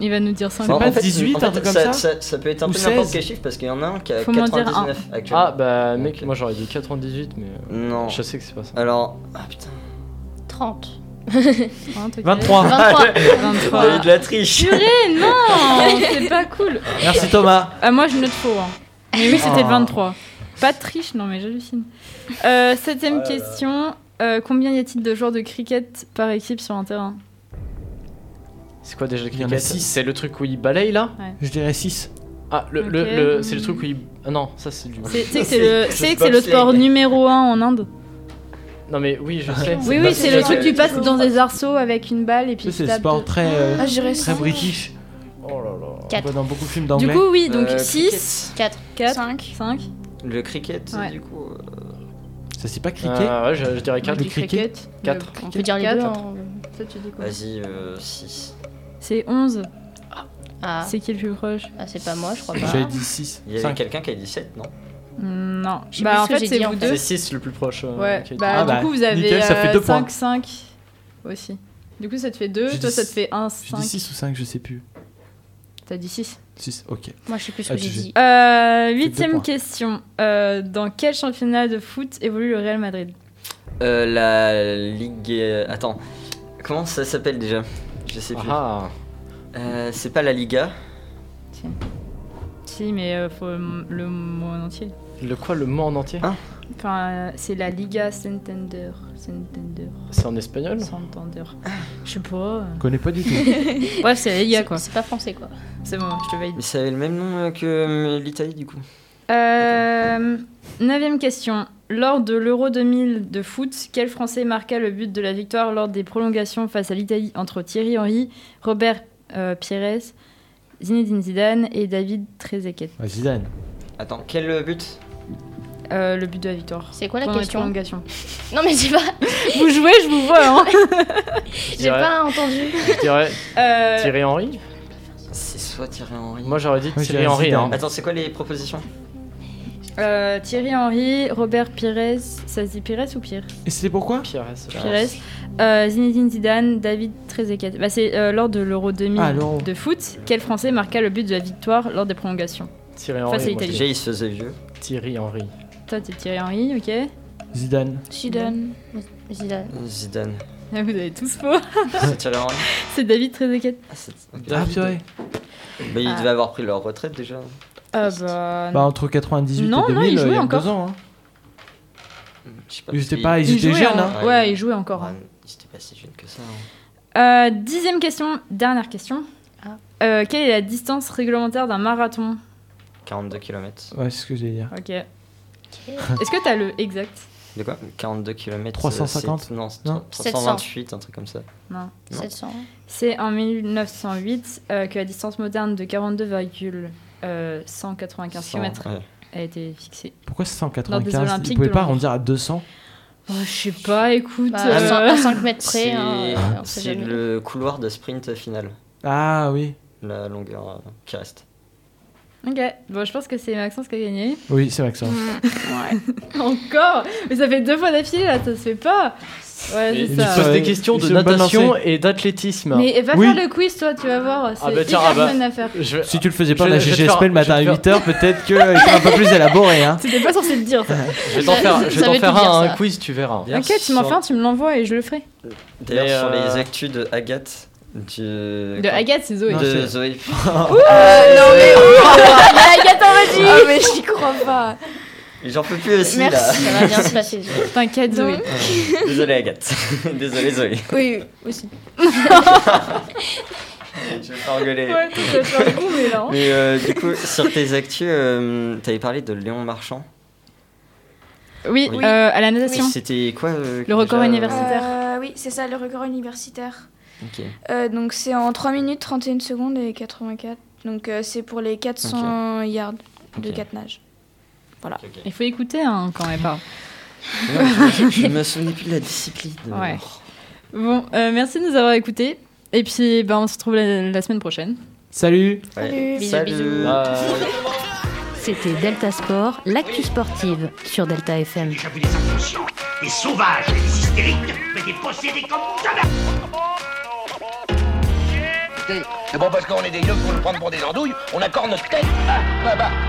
Il va nous dire 5.
C'est
Enfin,
pas 18, un truc comme ça
ça peut être un
Ou
peu n'importe
16.
quel chiffre parce qu'il y en a un qui a
Faut m'en dire un.
99 actuellement.
Ah bah mec, moi j'aurais dit 98, mais euh,
Non.
je sais que c'est pas ça.
Alors. Ah putain.
30.
Oh,
23.
23.
23.
Vous avez de la triche
Purée, non C'est pas cool.
Merci Thomas.
Ah, moi, je note faux. hein. Mais oui, c'était
Oh.
le 23. Pas de triche, non, mais j'hallucine. Euh, septième question. Euh, combien y a-t-il de joueurs de cricket par équipe sur un terrain
C'est quoi déjà le
Il y en a
cricket
six.
C'est le truc où il balaye là
Je dirais 6.
Ah, le,
Ok.
le, le- c'est le truc où il. Ah non, ça c'est du.
C'est- Tu sais
C'est-
que c'est le,
je
tu sais
sais
que c'est le
pas,
sport
c'est-
numéro 1 en Inde
Non mais oui, je sais.
Oui,
bah,
oui, c'est le
c'est-
truc
c'est-
tu passes dans des arceaux avec une balle et puis
C'est
tu
le
tapes.
sport très, euh,
Ah, j'irais
très
cinq.
british.
Oh là là.
On voit dans beaucoup de films
Du
d'anglais.
coup, oui, donc
Euh,
6,
4.
4,
Cinq.
5.
Le cricket,
Ouais.
du coup. euh,
Ça c'est pas cricket.
Ah ouais, je, je dirais 4.
Le cricket.
Quatre.
On peut dire les deux. hein.
Ça, tu dis quoi
Vas-y, euh, 6.
C'est 11.
Ah,
C'est qui le plus proche
ah, c'est pas moi, je crois pas.
J'avais dit 6.
Il y avait quelqu'un qui a dit 7, non
Mm, Non.
Je sais plus
Bah, en
ce que
fait,
j'ai
c'est
dit, en
vous
fait.
C'est
deux.
6 le plus proche. euh,
Ouais,
qui a été-
bah,
Ah bah,
du coup, vous avez
nickel, ça fait deux points.
5, 5 aussi. Du coup, ça te fait 2,
J'ai
toi,
dit
ça te fait 1,
J'ai dit
5.
6 ou 5, je sais plus.
T'as dit 6.
6, ok.
Moi, je sais plus ce
Ah,
que j'ai
tu sais.
dit.
Euh,
points.
huitième question. Euh, dans quel championnat de foot évolue le Real Madrid
Euh, la Ligue. euh, Attends, comment ça s'appelle déjà Je sais plus.
Ah,
Euh, c'est pas la Liga.
Si, mais euh, faut m- le mot en entier.
le quoi, le mot en entier
Ah.
Enfin, euh, c'est la Liga Santander. Santander.
C'est en
Ah.
espagnol
Santander. Je sais pas.
Je connais pas du tout.
Bref, c'est la Liga, quoi.
C'est pas français, quoi.
C'est bon, je te valide.
Mais ça avait le même nom euh, que euh, l'Italie, du coup.
Euh, neuvième question. Lors de l'Euro 2000 de foot, quel Français marqua le but de la victoire lors des prolongations face à l'Italie entre Thierry Henry, Robert euh, Pires, Zinedine Zidane et David Trezeguet
Ah, Zidane.
Attends, quel euh, but
Euh, Le but de la victoire.
C'est quoi la
Pendant les
question
prolongations.
Non, mais j'ai pas,
vous jouez, je vous vois. hein.
j'ai pas entendu.
Je dirais
Euh,
Thierry Henry.
C'est soit Thierry Henry.
Moi j'aurais dit
Oui,
Thierry
je dirais
Henry.
Zidane.
hein.
Attends, c'est quoi les propositions
euh, Thierry Henry, Robert Pires, ça se dit Pires ou Pires
Et c'était pourquoi
Pires, c'est
Pires.
Pires, euh, Zinedine Zidane, David Trezeguet. Bah, c'est euh, lors de l'Euro 2000
Ah, l'Euro.
de foot, quel Français marqua le but de la victoire lors des prolongations
Thierry Henry.
Face à
moi, je
l'Italie.
Déjà, il se faisait vieux.
dis Thierry Henry.
Toi, t'es Thierry Henry, ok
Zidane.
Zidane.
Zidane.
Zidane.
Ah, Vous avez tous faux.
c'est Thierry Henry.
C'est David Trezeguet.
Ah, c'est-
Ah, purée.
Mais ils
Ah.
devaient avoir pris leur retraite déjà.
Ah bah.
Bah, entre 98
Non,
et
non,
2000,
il
euh, il y
jouait
a
encore.
deux ans. Hein.
Je sais
Ils étaient
si-
pas, ils étaient
jouait
jeunes.
en-
Hein.
Ouais, il jouait encore.
Ouais, Ils étaient pas si jeunes que ça. hein.
Euh, dixième question, dernière question.
Ah.
Euh, quelle est la distance réglementaire d'un marathon
42 km.
Ouais, c'est ce que j'allais dire.
Ok. Est-ce que t'as le exact
De quoi 42 km.
350?
Non,
Non.
328, un truc comme ça.
Non.
Non.
700.
C'est en 1908 euh, que la distance moderne de euh, 42,195 km
Ouais.
a été fixée.
Pourquoi
Lors
195
des
Ils
Olympiques
pouvaient
de
pas
Londres.
arrondir à 200
Oh, je sais pas, écoute.
Bah,
euh,
à, 5, mètres près,
C'est
hein, euh, on sait
c'est
jamais.
le couloir de sprint final,
Ah oui.
la longueur euh, qui reste.
Ok, bon, je pense que c'est Maxence qui a gagné.
Oui, c'est Maxence.
Encore Mais ça fait deux fois d'affilée là, ça se fait pas Ouais,
Et
c'est
Tu
ça.
poses
Ouais,
des questions
ils
de
sont balancés.
natation et d'athlétisme.
Mais va
Oui.
faire le quiz, toi, tu vas voir. C'est
bah tiens,
hyper
ah bah.
fun à faire.
Je vais-
Si tu le faisais pas
Je-
dans la
je vais te
GGSP le
faire-
matin à
je vais
8h, peut-être qu'il serait un peu plus élaboré. Hein.
T'étais pas censé le dire. ça.
Je vais t'en
Ça-
faire,
ça
je vais t'en
veut tout
faire
dire,
un, un
ça.
quiz, tu verras.
Bien.
Ok, tu m'en fais un, tu me l'envoies et je le ferai.
D'ailleurs,
Mais,
sur
euh,
les actus de Agathe, du...
De Agathe, c'est Zoé.
de
Non, c'est-
Zoé.
Ah, mais j'y crois pas.
J'en peux plus aussi
Ça va bien se passer. Zoé.
T'inquiète, Zoé.
là. Désolé Agathe. Désolé Zoé.
Oui, aussi.
Je vais pas engueuler.
Ouais, tu vas faire le coup, mais là. hein.
Mais euh, du coup, sur tes actus, euh, t'avais parlé de Léon Marchand.
Oui,
Oui.
euh, à la natation.
C'était quoi euh,
Le record
déjà, euh,
universel.
Euh, oui, c'est ça, le record universitaire.
ok.
Euh, donc c'est en 3 minutes 31 secondes et 84. Donc euh, c'est pour les 400 yards de
Ok.
quatre nages.
Ok, ok.
Il faut écouter hein, quand elle parle.
Non, je, je me souvenais plus de la discipline. Oh.
Ouais. Bon, euh, merci de nous avoir écoutés. Et puis, ben, on se retrouve la- la semaine prochaine.
Salut
Ouais.
Bisous,
Salut.
bisous.
Bye.
C'était Delta Sport, l'actu sportive sur Delta FM.
J'ai déjà vu des inconscients, des sauvages, des hystériques, mais des possédés comme jamais C'est pas parce qu'on est des yeux qu'on nous prend pour des andouilles, on accorde notre tête. Ah, bah, bah.